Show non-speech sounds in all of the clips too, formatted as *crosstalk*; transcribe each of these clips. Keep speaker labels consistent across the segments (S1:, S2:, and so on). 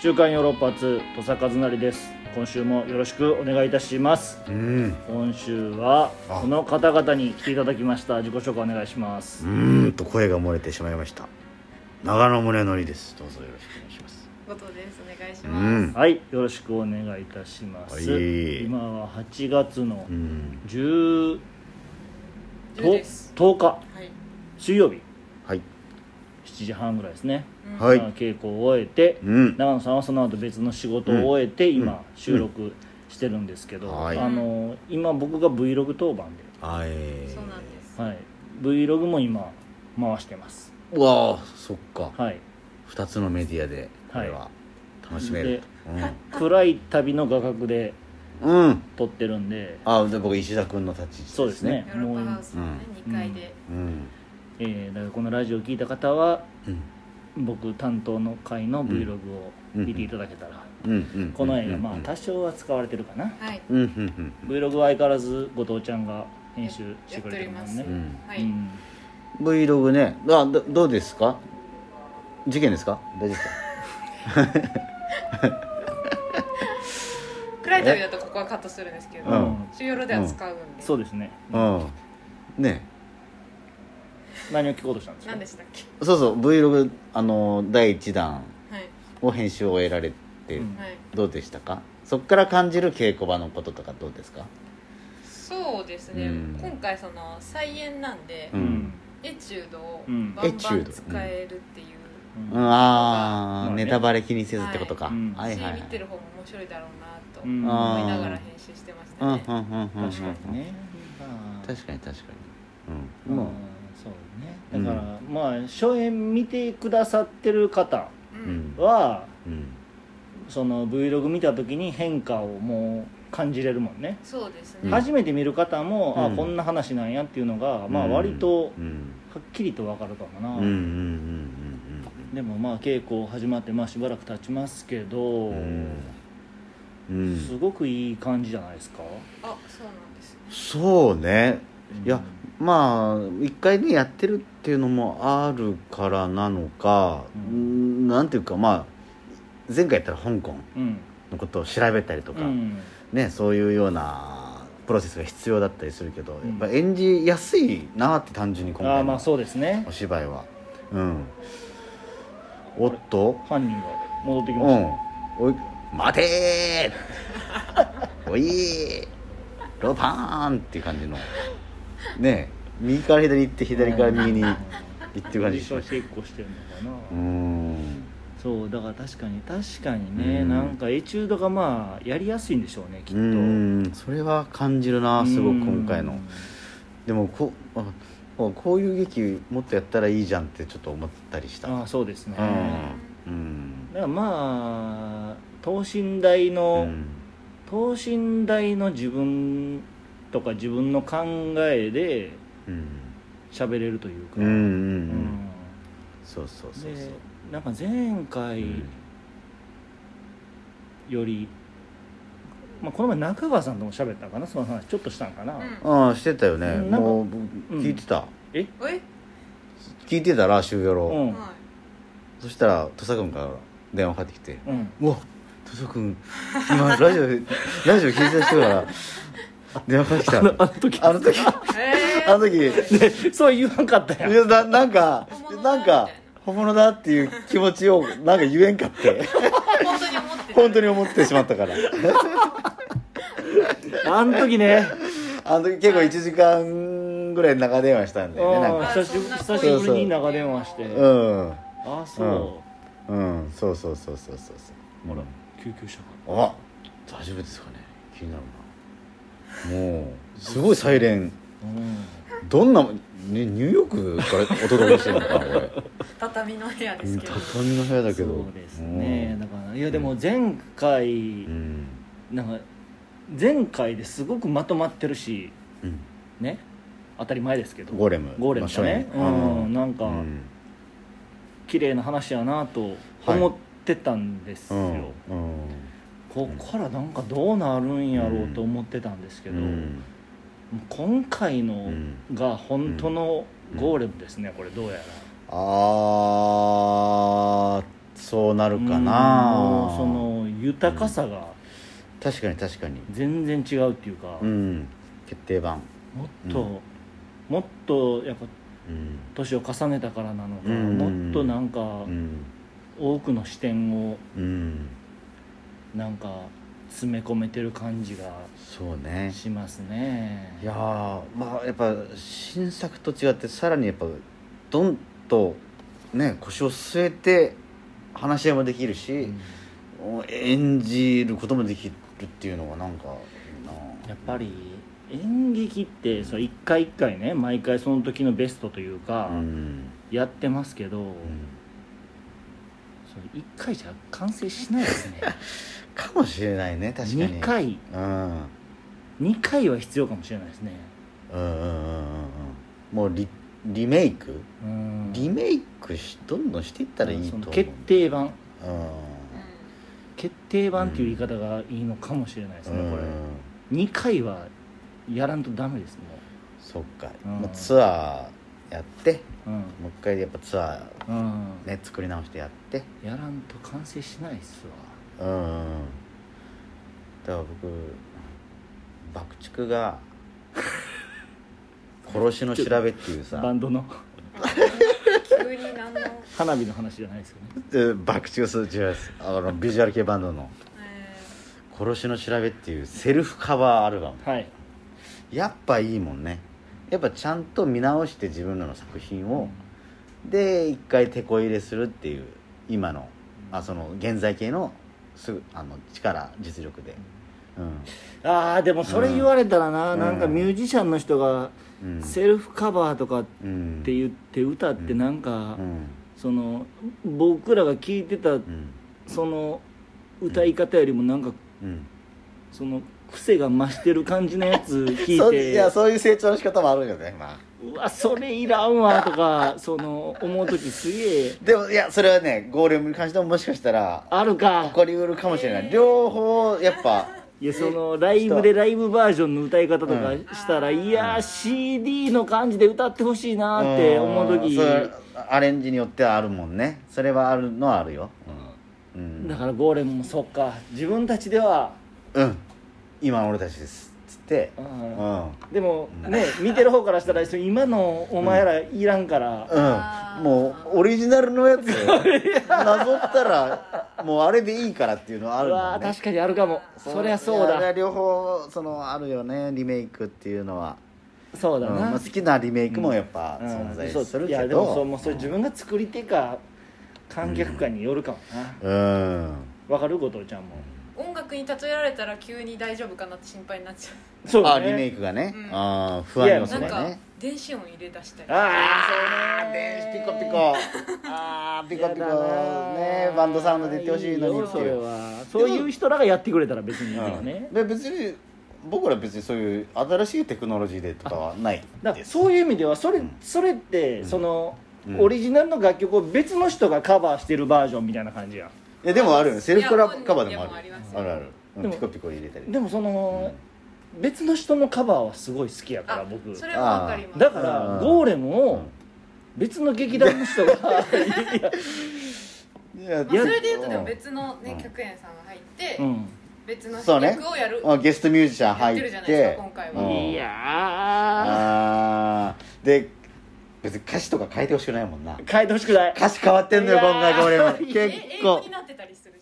S1: 週刊ヨーロッパ通土佐和成です今週もよろしくお願いいたします
S2: うん、
S1: 今週は
S2: あ
S1: この方々に来ていただきました自己紹介お願いします
S2: うーんと声が漏れてしまいました長野宗則ですどうぞよろしくお願いします
S3: ことです。お願いし
S2: う
S3: ます。
S2: ん、
S1: はいよろしくお願いいたします、
S2: はい
S1: 今は8月の
S2: うん、
S1: 10
S3: 10です
S1: 10日
S3: はい。
S1: 水曜日
S2: はい
S1: 7時半ぐらいですね、
S2: はい
S1: まあ稽古を終えて、
S2: うん
S1: 長野さんはその後別の仕事を終えて今収録してるんですけど、
S2: はい
S1: あの今僕が Vlog 当番で、
S2: あえ
S3: そうなんです。
S1: はい、Vlog も今回してます
S2: うわあそっか、
S1: はい
S2: 二2つのメディアでこれは楽しめる、
S1: 暗い旅の画角で
S2: うん、うん、
S1: 撮ってるんで、
S2: あで僕石田君の立ち位置
S1: そうですね
S3: ヨーロッパハウスのね、
S1: うん
S3: 2階で。
S2: うん
S1: えーだからこのラジオを聞いた方は
S2: うん
S1: 僕担当の回の Vlog を見ていただけたら、
S2: うんうん
S1: この映画まあ
S2: うん
S1: 多少は使われてるかな、
S3: はい。
S2: うんうんうん
S1: Vlog は相変わらず後藤ちゃんが編集してくれてるもんね
S3: やってお
S2: う
S3: りま
S2: ん
S3: は
S1: う
S3: い。
S1: ん
S2: Vlog ねあどどうですか事件ですか大丈夫ですか
S3: 暗い旅だとここはカットするんですけ
S2: う
S3: ど、
S2: ん
S3: 週夜では使うんで。
S1: そうですね、
S2: うんね
S1: 何を聞こうとしたんですか
S3: 何でしたっけ？
S2: そうそう Vlog あの第1弾
S3: はい
S2: を編集を終えられて、
S1: うん
S3: はい。
S2: どうでしたかそこから感じる稽古場のこととかどうですか
S3: そうですね。
S2: うん
S3: 今回その菜園なんで
S2: う、ん
S3: エチュードを
S1: う
S3: バ
S1: ん
S3: ンバ
S2: エチュー
S3: ン
S2: ド
S3: 使えるっていう。
S1: うん
S2: うん、あ
S1: ま
S2: あ、
S1: あね
S2: ネタバレ気にせずってことか、
S1: は
S2: はいい、
S1: うん
S2: はいはい
S3: し見てる方も面白いだろうなと
S1: う
S3: 思
S1: ん
S2: あ
S3: いながら編集してまし
S2: うん
S3: た
S2: うん
S3: ね。
S2: うんうん
S1: 確かにね、まあ
S2: 確かに確かにうん
S1: まあ
S2: も
S1: そうねだから、まあ初演見てくださってる方
S3: う。
S2: ううんん
S1: は
S2: うん
S1: その Vlog 見た時に変化をもう感じれるもんね、
S3: そうです
S2: うん
S3: ね。
S1: 初めて見る方も、
S2: う
S1: あ
S2: ん
S1: こんな話なんやっていうのが、まあ割とは
S2: うん
S1: っきりと分かるかもな、
S2: うんうんうん
S1: でもまあ稽古始まってまあしばらく経ちますけど、
S2: うんうんうん
S1: すごくいい感じじゃないですか、
S3: あ、そうなんです。
S2: そうねいやまあ一回ねやってるっていうのもあるからなのか、
S1: う
S2: うんなんていうかまあ前回やったら香港
S1: うん
S2: のことを調べたりと
S1: と
S2: か、ね、そういうようなプロセスが必要だったりするけど、
S1: うん
S2: やっぱ演じやすいなって単純に今
S1: ああ
S2: 回
S1: まあ
S2: の
S1: そうですね
S2: お芝居はうんおっと
S1: 犯人が戻ってき
S2: うん
S1: ましたね、
S2: おい待てーおいーロパーンっていう感じのね右から左行って左から右に行ってる感じしました
S1: *laughs* ポジション結構してるのか
S2: う
S1: な、
S2: ん
S1: そうだから確かに確かにね、
S2: うん
S1: なんかエチュードがまあやりやすいんでしょうねきっと
S2: うんそれは感じるなすごく今回
S1: う
S2: の
S1: ん
S2: でもこうああこういう劇もっとやったらいいじゃんってちょっと思ったりした
S1: ああそうですね、だ
S2: うん
S1: からまあ等身大
S2: う
S1: の、
S2: ん
S1: 等身大の自分とか自分の考えで
S2: うん
S1: 喋れるというか、
S2: うんうんうん
S1: う
S2: そうそうそうんそう
S1: でなんか前回より、まあ、この前中川さんとも喋ったかなその話ちょっとしたんかな、
S3: うん
S2: ああしてたよね
S1: うんなんか
S2: もう
S1: う
S2: 僕
S1: ん
S2: 聞いてた
S3: え、
S2: 聞いてたら終了
S1: う
S2: ろ
S1: ん
S3: は
S2: そしたら土佐君から電話かかってきて
S1: うん
S2: 「うわ土佐君今ラジオ *laughs* ラジオ聞いてた人から電話かかってきた」
S1: あの時
S2: あの時
S3: い。えー
S2: あの時
S1: でそう言わんかった
S2: い
S1: やん
S2: やななんか
S3: 本物だ
S2: なんか本物だっていう気持ちをなんか言えんかって
S3: 本当に思ってた。
S2: 本当に思ってしまったから *laughs*
S1: あの時ね
S2: あの時結構1時間ぐらい長電話したんだよねなん
S1: あ
S2: か
S1: ー久しぶり
S3: あそん
S1: 久
S3: な
S1: しぶりに長電話して
S2: うん
S1: ああそ
S2: うんそうそうそうそうそうそう
S1: う
S2: ほ
S1: ほ
S2: ら
S1: ら救急車が
S2: あ大丈夫ですかね気になるなもうすごいサイレン
S1: うん
S2: どんな、ね、ニューヨークからお届けしてるのかなこれ
S3: 畳の部屋ですけど。
S2: 畳の部屋だけど
S1: そうですねだからいやでも前回
S2: うん
S1: なんか前回ですごくまとまってるし
S2: うん
S1: ね当たり前ですけど
S2: ゴーレム
S1: ゴーレムだね
S2: まあ初演
S1: うんなんか
S2: うん
S1: 綺麗な話やなと思ってたんです
S2: う
S1: よ、
S2: んうん
S1: ここからなんかどうなるんやろうと思ってたんですけ
S2: う
S1: ど、
S2: ん
S1: 今回の
S2: うん
S1: が本当のゴーレムですね、これどうやら
S2: あーそうなるか
S1: うん
S2: な
S1: もうその豊かさが
S2: 確かに確かに
S1: 全然違うっていうか、
S2: うん決定版
S1: もっと、もっとやっぱ
S2: うん
S1: 年を重ねたからなのか、
S2: うん
S1: もっとなんか、
S2: うん
S1: 多くの視点を
S2: うん
S1: なんか詰め込めてる感じが
S2: そうね
S1: しますね
S2: いやーまあやっぱ新作と違ってさらにやっぱどんとね腰を据えて話し合いもできる
S1: う
S2: し
S1: ん、
S2: 演じることもできるっていうのがなんかいいな
S1: やっぱり演劇ってそう一回一回ね毎回その時のベストというか、
S2: うん
S1: やってますけど、
S2: うん
S1: それ一回じゃ完成しないですね
S2: かもしれないね確かに
S1: 2回
S2: うん
S1: 2回は必要かもしれないですね
S2: うんうんうんうんうんもうリリメイク
S1: うん
S2: リメイクしどんどんしていったらいいと
S1: そ
S2: 思
S1: の
S2: う
S1: 決定版
S2: うん
S1: 決定版っていう言い方がいいのかもしれないですね、これ
S2: うん
S1: 2回はやらんとダメですも
S2: そっか、
S1: うん
S2: もうツアーやって
S1: ううん
S2: もう一回やっぱツア
S1: うん
S2: ーね作り直してやって
S1: やらんと完成しないっすわ
S2: うんだから僕爆竹 *laughs* が「殺しの調べ」っていうさ
S1: バンドの
S3: 急に何の、
S1: 花火の話じゃないですよね
S2: *laughs* え爆竹する違いますあのビジュアル系バンドの
S3: え
S2: 「殺しの調べ」っていうセルフカバーアルバム
S1: はい
S2: やっぱいいもんねやっぱちゃんと見直して自分らの作品を、で一回手こ入れするっていう今のあその現在系のすぐあの力実力でう
S1: ああでもそれ言われたらな、
S2: うん
S1: なんかミュージシャンの人が
S2: んうん
S1: セルフカバーとかっ
S2: うん
S1: て言って歌ってなんか、
S2: うん
S1: その僕らが聞いてた
S2: うん
S1: その歌い方よりもなんか
S2: うん
S1: その癖が増してる感じのやつ聞い
S2: *laughs* そ
S1: て
S2: いやそういう成長の仕方もあるよねまあ
S1: うわそれいらんわとかその思う時すげえ
S2: でもいやそれはねゴーレムに関してももしかしたら
S1: あるか
S2: 起こりうるかもしれない両方やっぱ
S1: いやそのライブでライブバージョンの歌い方とか
S2: うん
S1: したら、いやー CD の感じで歌ってほしいなーって思う時
S2: んそれアレンジによってはあるもんねそれはあるのはあるようん、うん
S1: だからゴーレムもそっか自分たちでは、
S2: うん今の俺たちですっつって
S1: う
S2: うん
S1: ん
S2: うん、
S1: でもね見てる方からしたらその今のお前らいらんから、
S3: あー
S2: もうオリジナルのやつなぞったらもうあれでいいからっていうのはあ
S1: う
S2: る
S1: わ
S2: もん
S1: ー
S2: ね
S1: 確かにあるかもそりゃそう
S2: いや
S1: だ
S2: 両方そのあるよねリメイクっていうのは、
S1: そうだ
S2: うん
S1: な、
S2: まあ、好きなリメイクもやっぱ
S1: うん
S2: 存在
S1: そう
S2: する
S1: いや
S2: け
S1: で
S2: ど
S1: もそうもうそれ自分が作り手か観客かによるかもなわ、
S2: うん
S1: かる後藤ちゃんも
S3: ー音楽に例えられたら急に大丈夫かなって心配になっちゃ
S1: そうだ
S2: あリメ
S1: ね
S2: イクがね、
S3: うん
S2: ああ不安要
S3: う
S1: そ
S2: 素
S1: う
S3: なん
S1: だ
S2: が
S3: か
S2: ね
S3: 電子音入れ出したり
S1: あ
S2: あ
S1: あ
S2: でピコピ
S1: *laughs*
S2: コああピコピコ
S1: やだな
S2: ねバンドサウンドで言ってほしいのに
S1: よ
S2: って
S1: そ
S2: い
S1: れ
S2: う
S1: はそういう人らがやってくれたら別にいいよね、
S2: で別に僕ら別にそういう新しいテクノロジーでとかはない
S1: だか
S2: で
S1: ら
S2: す
S1: そういう意味ではそれ,、
S2: うん
S1: それってその、
S2: うん
S1: オリジナルの楽曲を別の人がカバーしてるバージョンみたいな感じやん
S2: いやでもあるよねセルフカラ
S3: いや
S2: カバーでもある
S3: 本人でもあります
S2: あ
S3: よ
S2: るある、うん
S1: でも
S2: ピコピコ入れたり
S1: でもその、別の人のカバーはすごい好きやから
S3: あ
S1: 僕
S3: それはわかります
S1: だから、
S2: うん
S1: ゴーレム
S2: う
S1: を
S2: ん
S1: 別の劇団の
S2: *laughs*
S1: 人がいや
S2: いや
S3: まあ、それで言うとでも
S2: うん
S3: 別の、ね
S2: うん
S3: 客演さんが入っ
S1: う
S3: て、
S1: ん
S3: 別の
S2: そうね
S3: 客をやる、
S2: あゲストミュージシャン入
S3: やってるじゃ
S2: っ
S3: ないで
S2: て
S3: すか今回
S2: うん
S3: は、
S1: いや
S2: あーで別に歌詞とか変えてほしくないもんな
S1: ー変えてほしくない
S2: 歌詞変わってんのよ
S1: いや
S2: 今回
S1: ー
S2: これも
S3: え
S2: 結
S3: 英語
S2: 構
S3: になってたりするし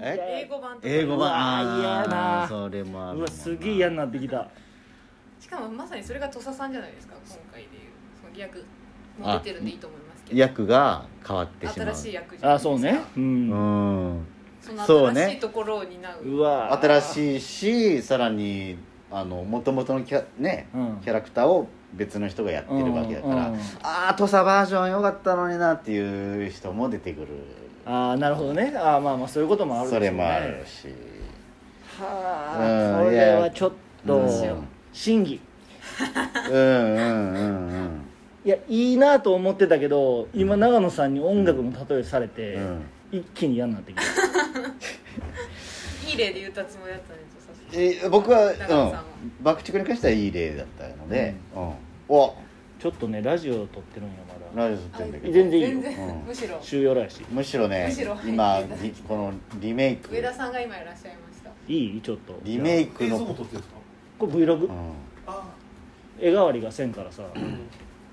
S2: え
S3: 英語版とか
S2: 英語
S1: う
S2: 版
S1: わー
S2: あー
S1: 嫌な
S2: それもあ
S1: う
S2: るもん
S1: わ
S2: な
S1: すげえ嫌になってきた
S3: しかもまさにそれが土佐さんじゃないですか今回でいうその役も出てるんでいいと思いますけど
S2: 役が変わってしまう
S3: 新しい役じゃない
S1: あ
S3: ですか
S1: そうねう
S2: うんん
S3: その
S2: そうね
S3: 新しいところを担う
S1: うわー
S2: 新しいしさらにあの元々のキャ,、ね
S1: うん
S2: キャラクターを別の人がやってるわけだから、
S1: うんうん
S2: ああ土佐バージョン良かったのになっていう人も出てくる
S1: ああなるほどねあーまあまあそういうこともあるでしょ
S2: そう
S1: ね
S2: れもあるし
S1: はあ、
S2: う
S1: こ
S2: ん
S1: れはちょっ
S2: う
S1: と
S2: ん
S1: 審議
S2: うんうんうん
S1: いやいいなと思ってたけど今長野さんに音楽の例えされて、
S2: うん
S1: 一気に嫌になってきた
S3: いい例で言ったつもりだったね土佐さん
S2: え僕は、
S3: 中野さんは
S2: うん、爆竹に関してはいい例だったので、うんお
S1: ちょっとねラジオ撮ってるんよまだ
S2: ラジオ撮ってんだけど
S1: 全然いいよ
S3: 全然、
S2: うん
S3: むしろ
S1: 終了らし
S2: むしろね
S3: むしろ
S2: 今
S3: 入ってた
S2: リこのリメイク
S3: 上田さんが今いらっしゃいました
S1: いいいちょっと
S2: リメイク
S4: 映像
S2: の、
S4: も撮ってるんですか
S1: これ Vlog、
S2: うん
S4: あ
S1: 絵代わりがせんからさ
S4: あ、うん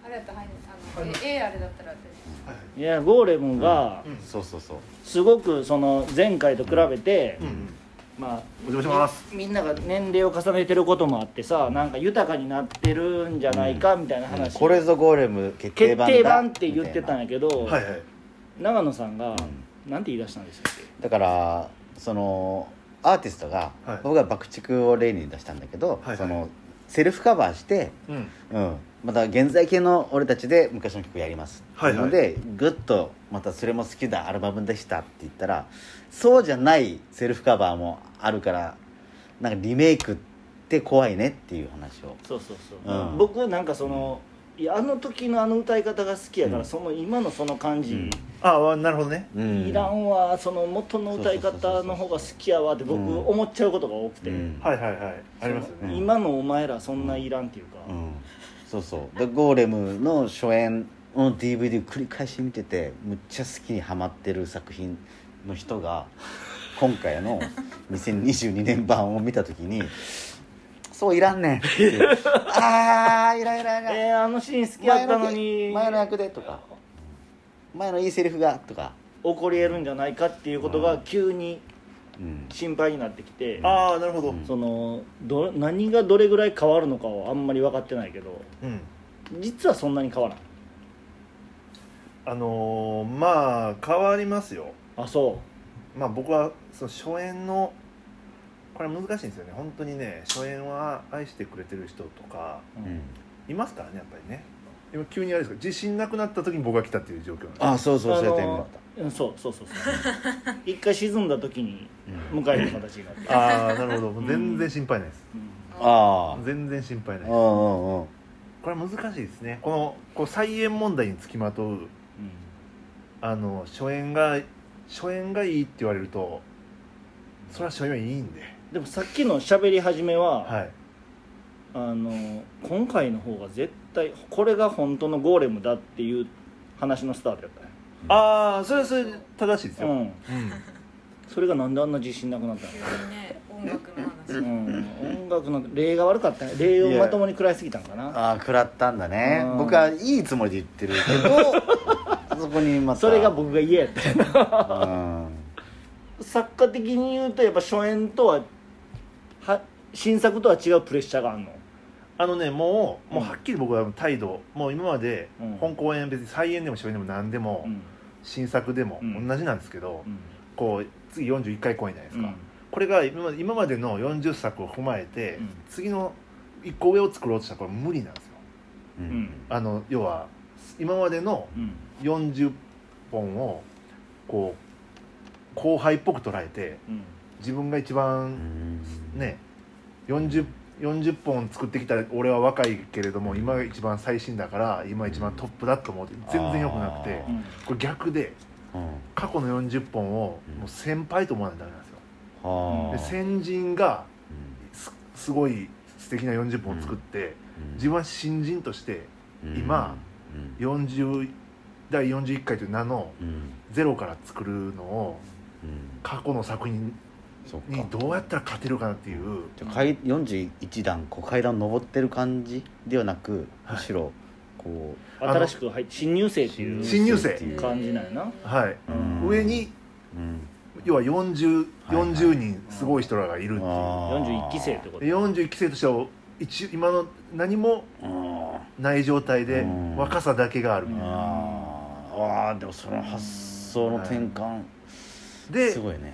S3: あれだったら入んあ
S4: 入
S3: の
S4: ります
S3: え A あれだったら私
S4: はいはい
S1: いやゴーレムが
S4: うん
S2: そうそうそう
S1: すごくその前回と比べて、
S4: うん
S1: まあ
S4: お邪魔します
S1: みみんなが年齢を重ねてることもあってさなんか豊かになってるんじゃないかみたいな話、
S2: これぞゴーレム決定
S1: 決
S2: 版だ
S1: 定版って言ってたん
S2: み
S1: やけど、
S4: はいはい
S1: 長野さんが、なんて言い出したんですか
S2: たいなだからそのアーティストが、
S4: はい
S2: 僕が爆竹を例に出したんだけど、
S4: はいはい
S2: そのセルフカバーして、
S4: うん
S2: うん、また現在系の俺たちで昔の曲やります、
S4: はいはい
S2: のでグッとまたそれも好きだアルバムでしたって言ったらそうじゃないセルフカバーもあるからなんかリメイクって怖いねっていう話を
S1: そうそうそう、
S2: うん
S1: 僕はなんかそのいやあの時のあの歌い方が好きやから、
S2: うん
S1: その今のその感じ、
S4: ああなるほどね
S2: うん
S1: いらんわその元の歌い方の方が好きやわって僕
S2: うん
S1: 思っちゃうことが多くて、
S2: うん
S4: はいはいはいありますよ
S1: その
S4: ね
S1: 今のお前らそんないらんっていうか、
S2: うん、そうそうでゴーレムの初演の DVD を繰り返し見ててむっちゃ好きにハマってる作品の人
S1: *laughs*
S2: が今回の2022年版を見た時に「そういらんねん」って
S1: *laughs*
S2: いう「あーいらんいらんいらん」
S1: えーあのシーン好きやったのに
S2: 前の役でとか前のいいセリフがとか、
S1: 起こり得るんじゃないかっていうことが急に
S2: うん、
S1: 心配になってきて、
S4: ああなるほどう
S2: うん
S4: ん
S1: そのど何がどれぐらい変わるのかはあんまり分かってないけど実はそんなに変わらん
S4: あのーまあ変わりますよ
S1: あそ
S4: まあ僕はその初演のこれ難しいんですよね本当にね初演は愛してくれてる人とか
S1: う、
S2: うん、
S4: いますからねやっぱりね今急にあれですか自信なくなった時に僕が来たっていう状況なんです
S2: あそうそうそうやってみよう
S1: うんそうそうそうそう一回沈んだ時に迎える形になって、
S4: *laughs* ああなるほどもう全然心配ないです、
S1: うん
S2: あ
S4: 全然心配
S2: あ
S4: な
S2: う
S4: い
S2: んうん
S4: です
S2: うん
S4: これは難しいですねこのこう再演問題につきまとうあの初演が初演がいいって言われるとそれは初演はいいんで
S1: でもさっきの喋り始めは、
S4: はい
S1: あの今回の方が絶対これが本当のゴーレムだっていう話のスタートやったね
S4: ああそれはそれで正しいですよ、
S1: うん
S4: うん
S1: それがなんであんな自信なくなったの
S3: 急にね音楽の話
S1: うん、音楽の例が悪かったね例をまともに食らいすぎたんかな
S2: ああ食らったんだね
S1: うん
S2: 僕はいいつもりで言ってるけ
S4: *laughs*
S2: どそこにまた
S1: それが僕が嫌やった
S2: うん
S1: 作家的に言うとやっぱ初演とはは新作とは違うプレッシャーがあるの
S4: あのねもうもう
S1: うん
S4: はっきり僕は態度もう今まで
S1: うん
S4: 本公演別に再演でも初演でも何でも
S1: うん
S4: 新作でも
S1: うん
S4: 同じなんですけど、
S1: うん
S4: こう次41回公演じゃないですか、
S1: うん
S4: これが今まで今までの40作を踏まえて、
S1: うん
S4: 次の1個上を作ろうとしたらこれ無理なんですよ
S2: う
S1: うん
S2: ん
S4: あの要は今までの
S1: うん
S4: 40本をこう後輩っぽく捉えて
S1: うん
S4: 自分が一
S2: う
S4: 番
S2: ん
S4: ね 40, 40本作ってきた俺は若いけれども今が一番最新だから今一番トップだと思って全然良くなくて
S2: あー
S4: これ逆で
S2: うん
S4: 過去の40本をもう先輩と思わないとダメなんですよ
S2: は
S4: で
S2: あ
S4: 先人が
S2: うん
S4: すすごい素敵な40本を作って
S2: うん
S4: 自分は新人として今
S2: うん
S4: 40第41回という名の
S2: うん
S4: ゼロから作るのを
S2: うん
S4: 過去の作品
S2: そっ
S4: に
S2: か
S4: どうやったら勝てるかなっていう
S2: じゃあ階41段こう階段登ってる感じではなく
S4: はい
S2: むしろこ
S4: あの
S1: 新しく入って新入生っていう
S2: う
S4: 新入生
S2: っていう
S1: 感じなんやな
S4: はい
S2: うん
S4: 上に
S2: うん
S4: 要は4040
S2: はいはい
S4: 人すごい人らがいるっていう、
S1: 41
S2: あー
S1: 期生ってこと
S4: で41期生としては一今の何も
S2: うん
S4: ない状態で
S2: うん
S4: 若さだけがあるみたいな
S2: あーあーでもその発想の転換
S4: ですだか
S2: ごいね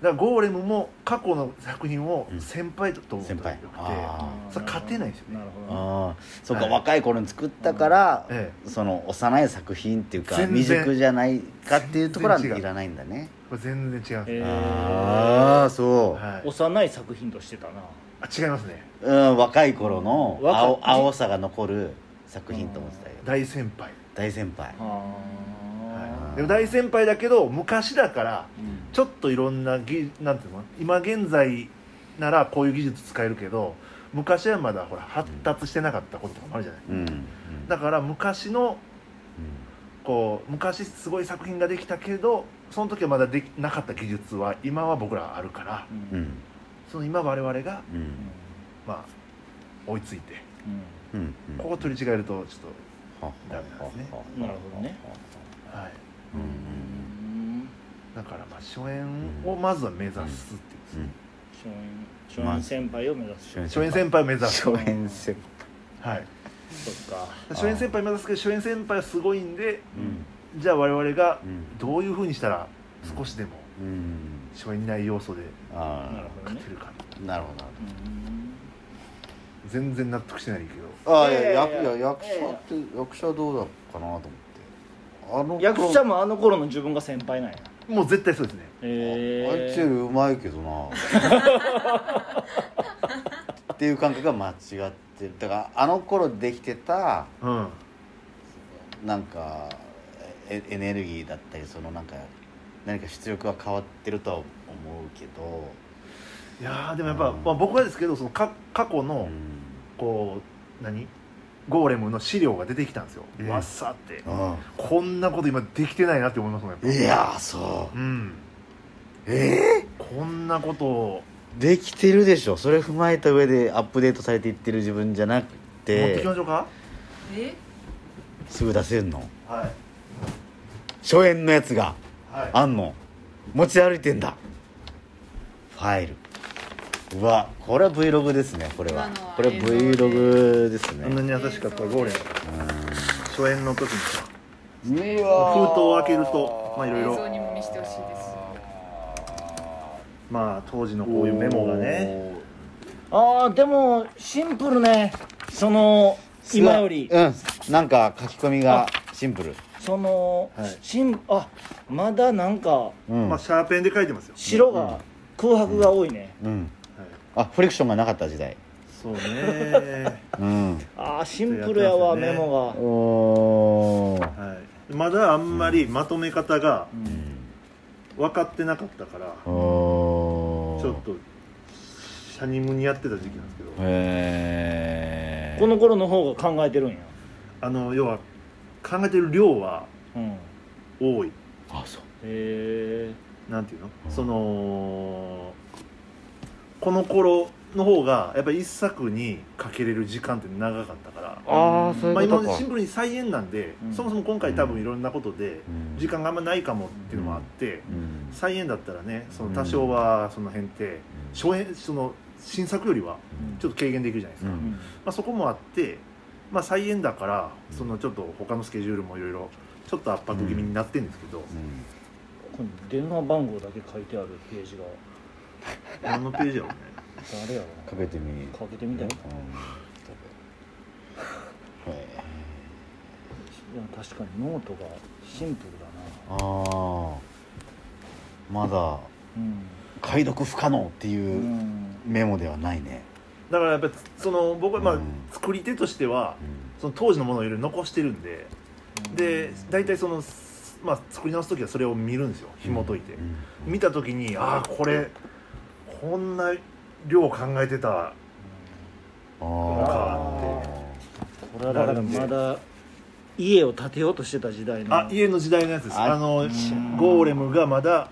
S4: らゴーレムも過去の作品を先輩だと
S2: うん
S4: 思って
S2: 先
S4: よくて、
S2: 輩あ
S1: あー
S4: それ勝てないですよね
S1: なるほどな
S2: ああそっか
S4: はい
S2: 若い頃に作ったから
S4: え
S2: その幼い作品っていうか
S4: 全然
S2: 未熟じゃないかっていうところは
S4: 全然違う
S2: いらないんだね
S4: えこれ全然違うんです、
S1: えー
S2: ああそ
S4: はい、
S1: 幼い作品としてたな
S4: あ違いますね
S2: ううん若い頃の
S1: 若
S2: 青青さが残る作品と思ってたよ
S4: 大先輩、
S2: 大先輩
S4: は、
S1: はい
S4: でも大先輩だけど昔だから
S1: うん
S4: ちょっといろんな技なんていうの今現在ならこういう技術使えるけど昔はまだほら発達してなかったこととかもあるじゃない、
S2: うんうん
S4: だから昔のこう昔すごい作品ができたけどその時はまだできなかった技術は今は僕らあるから
S2: うんうん
S4: その今我々が
S2: うん
S4: まあ追いついて
S2: うんうん
S4: ここ取り違えるとちょっ
S2: は
S4: ダメなんですね
S2: ははは
S1: なるほどね
S4: とはい
S2: うんうん
S1: うん
S4: だからまあ初演をまずは目指すって
S2: うん
S4: いう
S2: うん
S1: 松陰松陰先輩を目指す
S2: 松陰
S4: 初演先輩を目指す
S2: 初演せ
S4: はい
S1: そっか
S4: 初演先輩目指すけど初演先輩はすごいんで
S2: うん
S4: じゃあ我々が
S2: うん
S4: どういうふうにしたら少しでも
S2: うん
S4: 初演にない要素で
S1: なる
S2: あ
S1: ほど
S4: 勝
S1: ね
S4: てるか
S2: あなるほどなるほど
S4: 全然納得してないけど
S2: ああ
S1: い
S2: い
S1: や
S2: や
S1: いや
S2: 役
S1: いや
S2: いや役者って役者どうだったかなと思ってあの
S1: 役者
S2: も
S1: もあの頃の自分が先輩なんや
S4: もう絶対そうですね
S2: あい
S1: え
S2: つよりうまいけど
S1: *laughs*
S2: なっていう感覚が間違ってるだからあの頃できてた
S4: うん
S2: なんかエエネルギーだったりそのなんか何か出力は変わってるとは思うけど、
S4: いやーでもやっぱ、
S2: うん
S4: まあ、僕はですけどそのか過去
S2: う
S4: の
S2: ん
S4: こう何ゴーレムの資料が出てきたんですよ、
S2: ええ
S4: わっさってこんなこと今できてないなって思いますもんやっぱ
S2: いやーそ
S4: うん
S2: うえ
S4: こんなことを
S2: ー、できてるでしょそれ踏まえた上でアップデートされていってる自分じゃなく
S4: 持って
S2: て
S4: きましょうか、
S3: え
S2: すぐ出せんの
S4: はい
S2: 初演のやつが
S4: はい
S2: あんの持ち歩いてんだファイルうわこれは Vlog ですねこれは
S3: 今のは
S2: これ
S3: 映像で
S2: Vlogg ですね
S4: あんなに優しかったゴーレム初演の時にさ
S2: う
S4: わー封筒を開ける
S2: と
S4: とまあいろい
S3: 映
S4: ろ
S3: 像にも見せてほしいです
S4: まあ当時のこういうメモがね
S1: ああでもシンプルねその今より
S2: うんなんか書き込みがシンプル
S1: その、
S4: はい
S1: しんあまだなんか
S2: うん、
S4: まあシャーペンで書いてますよ、
S1: 白が、空白が多いね、
S2: うん、
S4: はい、
S2: あフリクションがなかった時代
S4: そう
S2: *laughs*
S4: ね
S2: うん
S1: ああシンプルやわ、
S4: ちょっと
S1: メ
S4: やってますね
S1: モが、
S2: おー
S4: はいまだあんまりまとめ方が
S1: うん
S4: 分かってなかったから、
S2: おー
S4: ちょっとシャニムにやってた時期なんですけど、
S2: へえ
S1: この頃の方が考えてるんや、
S4: あの要は考えてる量は
S1: うん、へ
S4: 多い
S2: あそう
S1: え
S4: なんていうの、
S2: うん
S4: そのこの頃の方がやっぱり一作にかけれる時間って長かったから
S2: ああそう
S4: まあ、
S2: いうこ
S4: 今
S2: と
S4: まで
S2: か
S4: シンプルに再演なんで、
S1: うん
S4: そもそも今回多分いろんなことで
S2: うん
S4: 時間があんまないかもっていうのもあって、
S2: うん
S4: 再演だったらねその多少はその辺って初演その新作よりはちょっと軽減できるじゃないですか、
S2: う
S1: うんん
S4: まあ、そこもあって、まあ、再演だからそのちょっと他のスケジュールもいろいろちょっと圧迫気味になってるんですけど、
S2: うん
S1: この電話番号だけ書いてあるページが
S4: 何のページやろうね
S1: 誰やろ
S2: かけてみ
S1: なかけてみたいな、
S2: うんへえ
S1: でも確かにノートがシンプルだな
S2: ああまだ
S1: うん、
S2: 解読不可能って
S1: う、
S2: いうんメモではないね、
S4: だからやっぱりその僕は
S2: う
S4: まあ
S2: ん
S4: 作り手としては
S2: うん
S4: その当時のものをいろいろ残してるんでで大体その、まあ、作り直す時はそれを見るんですよ紐解いて、
S2: うん
S4: 見た時にああこれこんな量考えてた
S2: あ
S4: わか
S1: これはだからまだ家を建てようとしてた時代の
S4: あ家の時代のやつです
S2: あ
S4: あの
S1: ん
S4: ゴーレムがまだ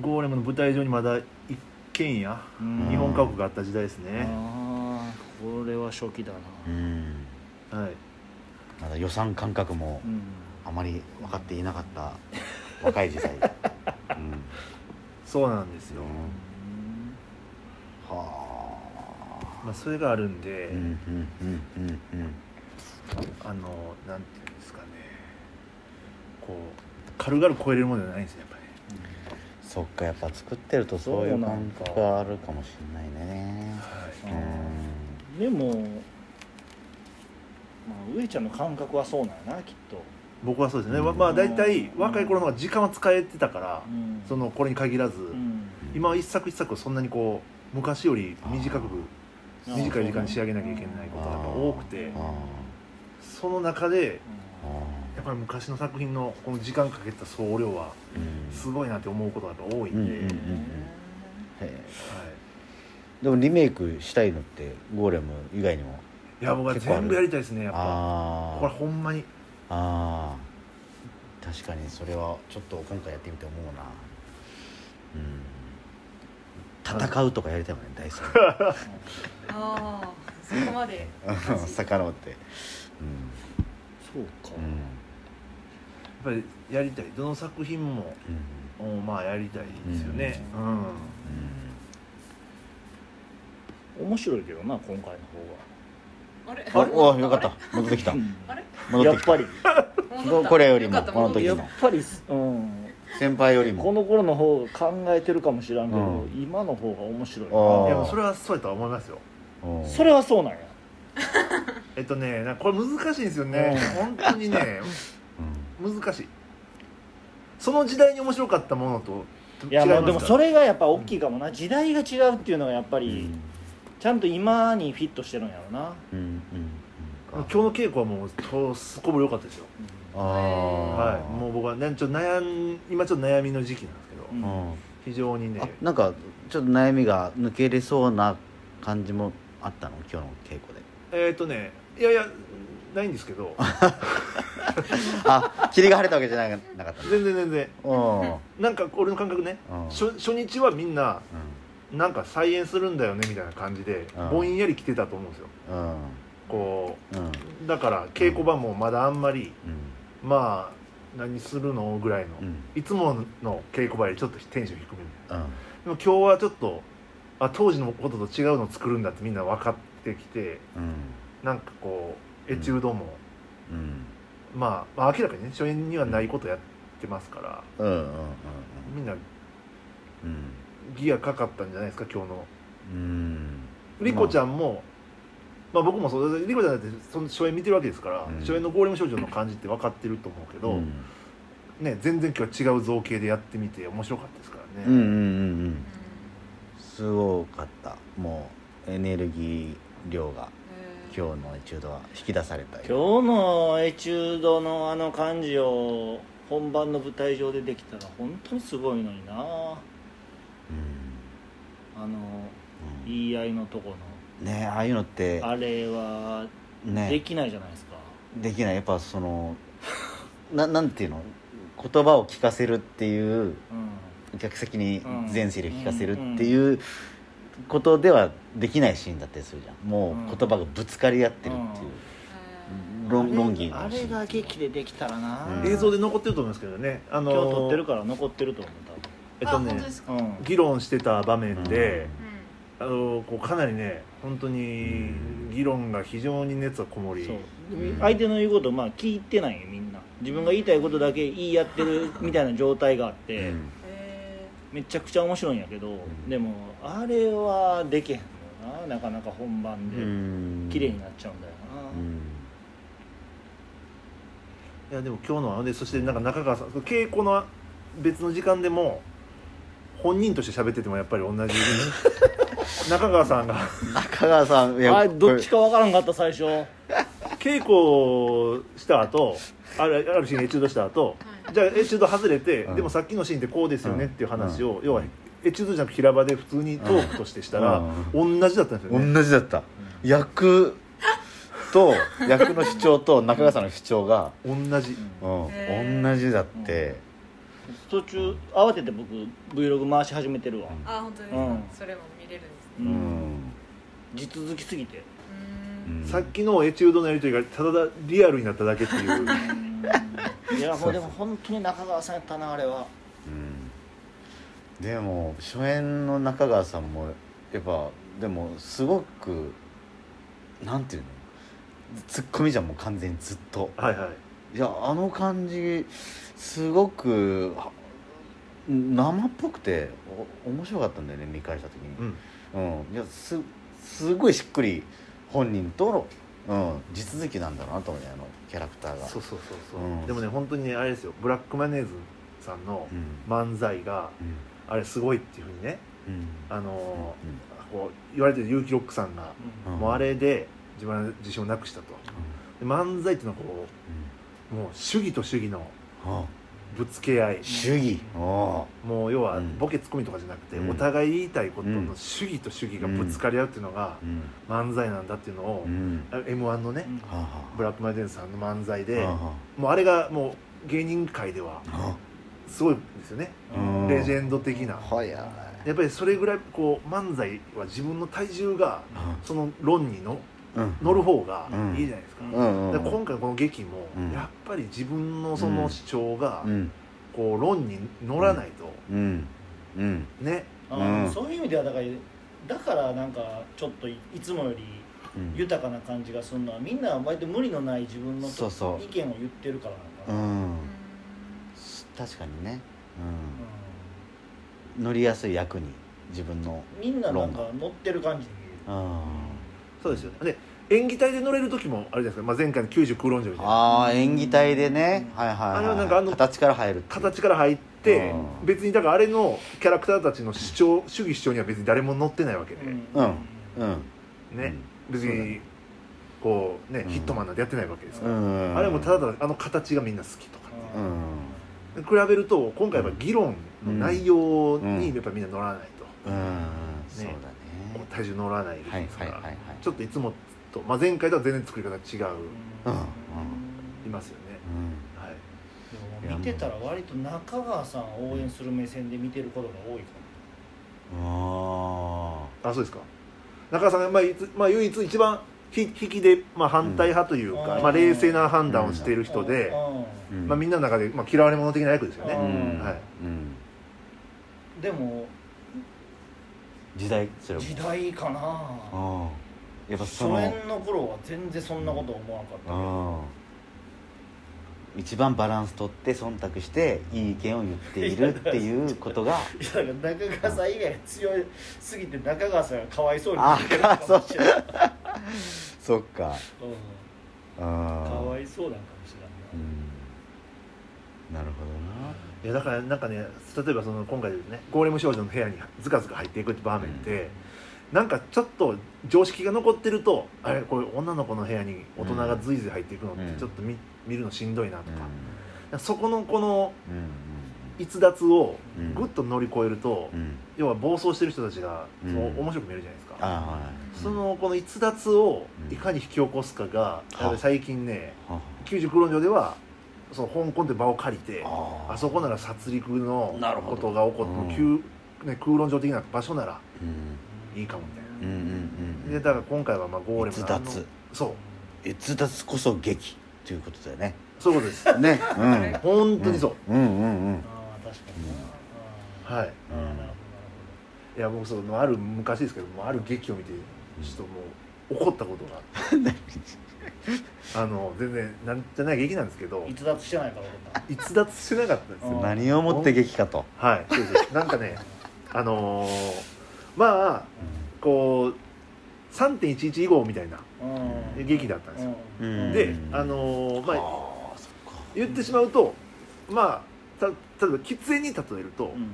S4: ゴーレムの舞台上にまだ一軒家
S1: うん
S4: 日本家屋があった時代ですね、
S1: あーこれは初期だな、
S2: うん
S4: はい、
S2: まだ予算感覚も
S1: うん
S2: あまり分かっていなかった若い時代うん
S4: そうなんですよ、
S1: うん
S2: は
S4: まあ、それがあるんで、
S2: あうんうんうんうんうん
S4: あのなんていうんですかねこう軽々超えれるものじゃないんですよやっぱり、ね、
S2: そっかやっぱ作ってるとそういう感覚はあるかもしれないね
S4: はい
S1: なんかでも、まあ、上ちゃんの感覚はそうなんやなきっと、
S4: 僕はそうですね、
S2: うん
S4: まあ大体若い頃の方が時間は使えてたから、
S1: うん
S4: そのこれに限らず、
S1: うん
S4: 今は一作一作をそんなにこう昔より短
S1: あ
S4: く
S1: ー
S4: 短い時間に仕上げなきゃいけないことがやっぱ多くて
S2: あ
S4: その中で
S2: あ
S4: やっぱり昔の作品のこの時間かけた総量は
S2: うん
S4: すごいなって思うことがやっぱ多いんで、
S2: うんうん
S4: はい、
S2: へえでもリメイクしたいのってゴーレム以外にも
S4: いや僕は全部やりたいですねやっぱ
S2: あ
S4: これ
S2: ー
S4: ほんまに
S2: あー確かにそれはちょっと今回やってみて思うなうん戦うとかやりたいもんね大好き
S3: ああそこまで
S2: *laughs* さかのぼって
S1: そうか、
S2: うん
S4: やっぱりやりたいどの作品も
S2: うん
S4: うんまあやりたいですよね
S1: う
S4: うんん、
S1: 面白いけどな今回の方
S3: あれ
S2: うんうんあおよかった戻ってきた
S1: が
S3: あれ
S2: 戻
S1: や
S2: っ
S1: って
S2: き
S1: ぱり
S3: 戻った
S2: これよりも
S3: かった
S2: この時
S1: や
S2: の
S1: っぱり、うん、
S2: た先輩より
S1: こ
S2: も
S1: の頃の方が考えてるかもしらんけど、
S2: うん
S1: 今の方が面白い
S2: あー
S4: い
S1: な
S4: やそれはそうやとは思いますよ
S2: うん
S1: それはそうなんや
S4: えっとねなんかこれ難しいんですよね本当にね
S2: うん
S4: 難しいその時代に面白かったものと
S1: いや
S4: 違
S1: も
S4: ま
S1: う
S4: す
S1: でもそ
S4: れ
S1: れがやっぱ大きいかもな、時代が違うっていうのがやっぱ
S2: う
S1: り、
S2: ん
S1: ちゃんと今にフィットしてるんやろな、
S2: うんうん
S4: 今日の稽古はもうとすこぶ良かったですよ
S2: ああ
S4: はいもう僕はねちょっと悩ん今ちょっと悩みの時期なんですけど、
S1: うん
S2: うん
S4: 非常にね
S2: あなんかちょっと悩みが抜けれそうな感じもあったの今日の稽古で
S4: えっ、とねいやいやないんですけど
S2: あ霧が晴れたわけじゃなかなかったね
S4: 全然全然
S2: うんうん
S4: なんか俺の感覚ね初初日はみんななんか再演するんだよねみたいな感じで
S2: うん
S4: ぼんやり来てたと思うんですよ
S2: うん
S4: こ
S2: うん
S4: うだから稽古場もまだあんまり
S2: うん
S4: まあ何するのぐらいの、
S2: うん
S4: いつもの稽古場よりちょっとテンション低めに
S2: うん
S4: でも今日はちょっとあ当時のことと違うのを作るんだってみんな分かってきて
S2: うん
S4: なんかこうエチュードも、
S2: うん
S4: まあ、まあ明らかにね初演にはないことやってますか
S2: う
S4: ら
S2: んうんうん
S4: みんな
S2: うん
S4: ギアかかったんじゃないですか今日の
S2: うん
S4: リコちゃんも、まあ、僕もそうリコちゃんだってその初演見てるわけですから、
S2: うん
S4: 初演のゴーレム少女の感じって分かってると思うけど、
S2: うん
S4: ね、全然今日は違う造形でやってみて面白かったですからね、
S2: うんうんうんうんすごかったもうエネルギー量が
S3: 日
S2: 今日のエチュードは引き出されたよ
S1: 今日のエチュードのあの感じを本番の舞台上でできたら本当にすごいのにな
S2: うん
S1: あの
S2: うん
S1: 言い合いのとこ
S2: ねああいうのって
S1: のあれは
S2: ね
S1: できないじゃないですか、
S2: できないやっぱその *laughs* ななんていうの言葉を聞かせるっていう
S1: うん
S2: 客席に全勢力聞かせる
S1: うん
S2: っていうことではできないシーンだったりするじゃんも
S1: うん
S2: う言葉がぶつかり合ってるっていう、論論議の
S1: あれ
S2: シーン
S1: あれが劇でできたらな、
S2: うん
S4: 映像で残ってると思うんですけどねあの
S1: 今日撮ってるから残ってると思
S4: えっ
S3: あ
S4: と
S3: 本
S4: ね
S3: 当ですか
S1: う多分
S4: 議論してた場面で、
S3: う
S4: あのこうかなりね本当に議論が非常に熱がこも
S1: うん
S4: り、
S1: そう
S2: うん
S1: 相手の言うことまあ聞いてないよみんな自分が言いたいことだけ言い合ってるみたいな状態があっ
S2: う
S1: て、
S2: ん
S3: んへ
S1: めちゃくちゃ面白いんやけど、
S2: ん
S1: でもあれはできへんのよななかなか本番で綺麗になっちゃうんだよな、
S2: うん
S4: いやでも今日のはでそしてなんか中川さん稽古の別の時間でも本人として喋っててもやっぱり同じ中川さんが
S2: 中川さんい
S1: あれどっちかわからんかった最初
S4: 稽古した後あるあるシーンエチュードした後
S3: はい
S4: じゃあエチュード外れて、
S2: うん
S4: でもさっきのシーンってこうですよねっていう話を、
S2: うん
S4: 要はエチュードじゃなく平場で普通にトークとしてしたら、同じだったんですよね
S2: 同じだった役と役の主張と中川さんの主張が、
S4: 同じ
S2: うん、
S3: へー
S2: 同じだって、
S1: 途中慌てて僕 Vlog 回し始めてるわ、
S2: うん
S3: ーあ本当です
S1: うん
S3: かそれも見れるんです
S1: う
S2: う
S1: うん
S3: ね
S2: ん
S1: 地続きすぎて
S3: う
S2: うんん
S4: さっきのエチュードのやり取りがただリアルになっただけっ
S2: *laughs*
S4: ていう
S1: いやもうでも本当に中川さんやったなあれは
S2: うんでも初演の中川さんもやっぱでもすごくなんていうのツッコミじゃんもう完全にずっと
S4: はいはい
S2: いやあの感じすごくは生っぽくてお面白かったんだよね見返した時
S4: う
S2: に、
S4: ん
S2: うんいやすすごいしっくり本人との、うん、地続きなんだろうなと思うねあのキャラクターが
S4: そうそうそうそう、
S2: うん
S4: でもね本当にねあれですよブラックマヨネーズさんの
S2: うん
S4: 漫才が
S2: うん
S4: あれすごいっていうふうにね
S2: うん
S4: あのーこう言われてる結城ロックさんが、
S2: うん
S4: もうあれで自分は自信をなくしたとで漫才っていうのはこ
S2: うん
S4: うもう主義と主義の
S2: うんあ
S4: ぶつけ合い
S2: 主義お
S4: もう要は
S2: うん
S4: ボケツッコミとかじゃなくて、
S2: うん
S4: お互い言いたいこと
S2: うん
S4: の主義と主義がぶつかり合うっていうのが
S2: ーうん
S4: 漫才なんだっていうのを、
S2: うん
S4: あ m 1のね、
S1: うん
S2: はあはあ
S4: ブラックマイデンさんの漫才で、
S2: はあは
S4: もうあれがもう芸人界では
S2: あは
S4: すごいんですよね、
S2: うん
S4: レジェンド的な、
S2: あはや
S4: やっぱりそれぐらいこう漫才は自分の体重が
S2: は
S4: その論にの
S2: あうん
S4: 乗る方がいいじゃないですか,、
S2: うんうん
S4: で今回この劇も
S2: うん
S4: やっぱり自分のその主張が
S2: うん
S4: こう論に乗らないと、
S2: うんうん
S4: ね
S1: あー
S2: うん
S1: そういう意味ではだからだからなんかちょっといいつもより
S2: うん
S1: 豊かな感じがするのはみんな割と無理のない自分のと
S2: そうそう
S1: 意見を言ってるからなんか
S2: う
S1: な、
S2: ん
S3: うん
S2: 確かにね
S1: う
S2: うん乗りやすい役に自分の
S1: んみんななんか乗ってる感じに
S2: うん
S4: そうですよねで演技体で乗れる時もあれじゃないですか、まあ、前回の九十空論城みたいな
S2: ああ演技体でねはいはいはい
S4: あれはなんかあの
S2: 形から入るっていう
S4: 形から入って
S2: うん
S4: 別にだからあれのキャラクターたちの主張主義主張には別に誰も乗ってないわけで、
S2: うんうん
S4: ね別にこうね、
S2: うん
S4: ヒットマンなんてやってないわけで
S2: う
S4: すから、
S2: ん
S4: あれもただただあの形がみんな好きとかね、
S1: うん
S2: うん
S4: 比べると今回は議論の内容にやっぱみんな乗らないと、
S2: うんそうだね
S4: こう体重乗らない
S2: はい
S4: ですか
S2: はい
S4: ら、
S2: はいはい
S4: ちょっといつもと、まあ、前回とは全然作り方違
S2: うん
S4: う、
S2: うん
S4: いますよね、
S2: うん
S4: はい、
S1: でも見てたら割と中川さんを応援する目線で見てることが多いか
S2: あ
S4: あそうですか中川さんが、まあいつまあ、唯一一番ひ引きで、まあ、反対派というか、
S1: うん
S4: まあ、冷静な判断をしている
S1: も
S4: 人で、
S1: う
S2: ー
S4: まあ、みんなの中で、まあ、嫌われ者的な役ですよね、
S1: う
S2: うん
S1: な
S4: はい、
S2: うん
S1: んでも
S2: 時代それも
S1: 時代かな
S2: ああやっぱ
S1: 初
S2: その
S1: 演の頃は全然そんなこと思わなかったけど
S2: うん一番バランス取って忖度していい意見を言っているっていうこと
S4: *laughs*
S2: が
S1: いやだから中川さん以外が強すぎて中川さんがかわいそうに
S2: あ
S1: 見えるかもしれない、
S2: そっか
S1: うんか
S2: かわ
S1: わいそうなんかもしれ
S2: う
S1: ない
S2: んなるほ
S4: いやだからなんかね例えばその今回ですねゴーレム少女の部屋にずかずか入っていくって場面で、なんかちょっと常識が残ってるとあれこれ女の子の部屋に大人がずいずい入っていくのって
S2: うん
S4: ちょっと見,、見るのしんどいなと
S2: ど
S4: か,、
S2: な
S4: そこのこの
S2: うんうん
S4: 逸脱を
S2: うん
S4: ぐっと乗り越えると、
S2: うんうん
S4: 要は暴走してる人たちがその
S2: うん
S4: 面白く見えるじゃないです
S2: あ
S4: か、
S2: あはい
S4: そのこの逸脱を
S2: うん
S4: いかに引き起こすかが、
S2: は
S4: やっぱり最近ね
S2: は
S4: 九十九論上ではその香港って場を借りて
S2: あ
S4: あそこなら殺戮の
S2: なるほ
S4: こ
S2: ど
S4: とが起こって
S2: う
S4: も、急ね、空論上的な場所なら
S2: うん
S4: いいかもみたいな
S2: うんうんうん
S4: でだから今回はまあゴーレム
S2: 逸
S4: のあの
S2: 脱
S4: そう
S2: 逸脱こそ劇ということだよね
S4: そういうこと
S2: *laughs*
S4: です
S2: ね
S4: 本当にそう、
S2: うんうんうんうん
S1: ああ確かにな、
S4: はい
S1: ああなるほどなる
S4: いや僕そのある昔ですけどもある劇を見てちょっともう怒ったことがあ
S2: *laughs*
S4: ってあの全然なんじゃない劇なんですけど
S1: ほど逸脱してないから俺
S4: 逸脱してなかったんですよ
S1: うん
S2: 何をもって劇かと
S4: はいそうですなんか *laughs*
S2: *laughs*
S4: ねあのーまあこう3.11以後みたいな
S1: うんうん
S4: 劇だったんですよ、
S1: うん
S4: で
S2: うん
S4: あのーまあ
S2: ああそっか
S4: 言ってしまうとまあた例えば喫煙に例えると、
S1: うん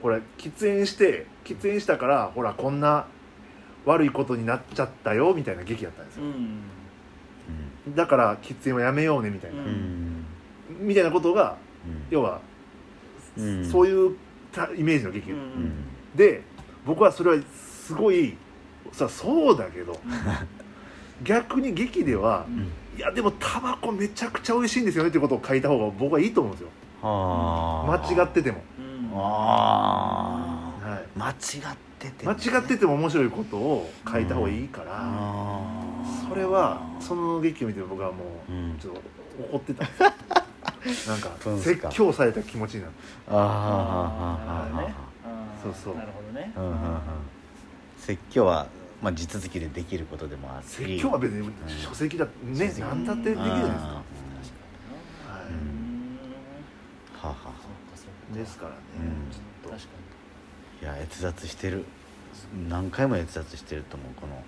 S4: これ喫煙して喫煙したからほらこんな悪いことになっちゃったよみたいな劇だったんです
S1: う
S4: よ、
S1: ん
S4: だから喫煙はやめようねみたいな、
S1: う
S2: うんうん
S4: みたいなことが
S2: うん
S4: 要は、
S2: うん
S4: そういうたイメージの劇、
S1: うん
S2: うん
S4: で僕はそれはすごいさそうだ
S1: *laughs*
S4: けど逆に劇では
S1: う、ん
S4: いやでもタバコめちゃくちゃ美味しいんですよねってことを書いた方が僕はいいと思うんですよ間
S2: はあ
S4: 違ってても、
S1: うん
S2: ああ
S4: はい、
S2: 間違ってて
S4: 間違ってても面白いことを書いた方がいいから、
S2: ああ
S4: それはその劇を見て僕はも
S2: う
S4: うんちょっと怒っ
S2: *laughs*
S4: てたんですよ
S2: そう
S4: なん
S2: です
S4: か
S2: か
S4: 説教された気持ちになる
S2: ああああああああ
S1: ああ
S4: そうそう
S1: なるほどね
S2: うんうんうん説教はまあ地続きでできることでもある
S4: 説教は別に書籍だね
S2: うん
S4: 何だってできるじゃないですか
S2: あ
S1: う
S2: うん
S4: はい
S1: ん
S2: あはあはあ
S1: そっかそっか
S4: ですからね
S2: うん
S4: ちょっ
S1: 確か
S2: いや逸脱してる何回も逸脱してると思うこの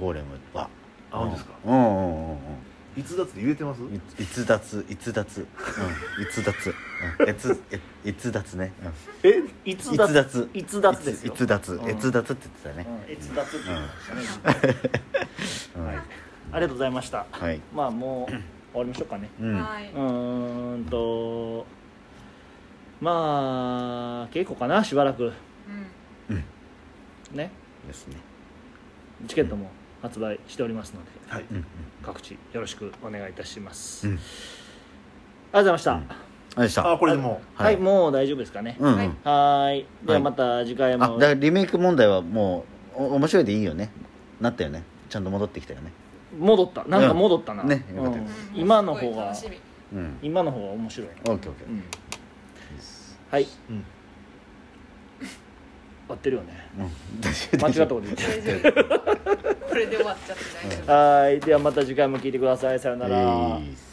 S2: ゴーレムは
S4: あ本当ですか
S2: うんうんうんうん
S4: といつだって言えてます
S2: うんい逸脱逸脱うん逸脱うん逸え逸脱ねうん
S1: え逸
S2: 逸脱
S1: 逸脱ですよ
S2: 逸脱
S1: うん
S2: 逸脱って言ってたね
S1: うん逸脱って言いましたね
S2: うん
S3: はい
S1: ありがとうございました
S2: はい
S1: まあもう終わりましょうかね
S2: うん
S3: はいう
S1: ーんとまあ稽古かなしばらく
S3: うん
S1: ね
S2: ですね
S1: チケットも発売しておりますので
S4: はい
S2: うんうん
S1: 各地よろしくお願いいたします、
S2: うん
S1: ありがとうござい
S2: うん
S1: ました、
S2: あでした
S4: あこれでも
S2: あ
S1: はい、
S2: はい
S1: もう大丈夫ですかね、
S2: うん、う
S3: はい
S2: ん、
S1: はーいでは
S2: はい
S1: また次回
S2: あ
S1: も、
S2: だからリメイク問題はもうお面白いでいいよねなったよねちゃんと戻ってきたよね
S1: 戻ったなんか戻ったな、
S2: うんね
S1: うん
S2: よかったで
S3: うん
S1: 今の方
S3: すごい
S1: が
S3: 楽しみ
S2: うん
S1: 今の方が面白いな、
S2: オッケーオッケ
S1: うん、
S2: ーです
S1: はい
S4: うん、うん、
S1: 合ってるよね
S2: うん大丈
S1: 間
S2: 夫
S1: 違
S2: 大
S1: っ
S2: 丈
S1: た
S2: 夫
S1: こと言ってる
S3: 大丈 *laughs* 夫これで終わっちゃって大丈夫
S1: はーいではまた次回も聞いてくださいさよなら、
S2: えいっす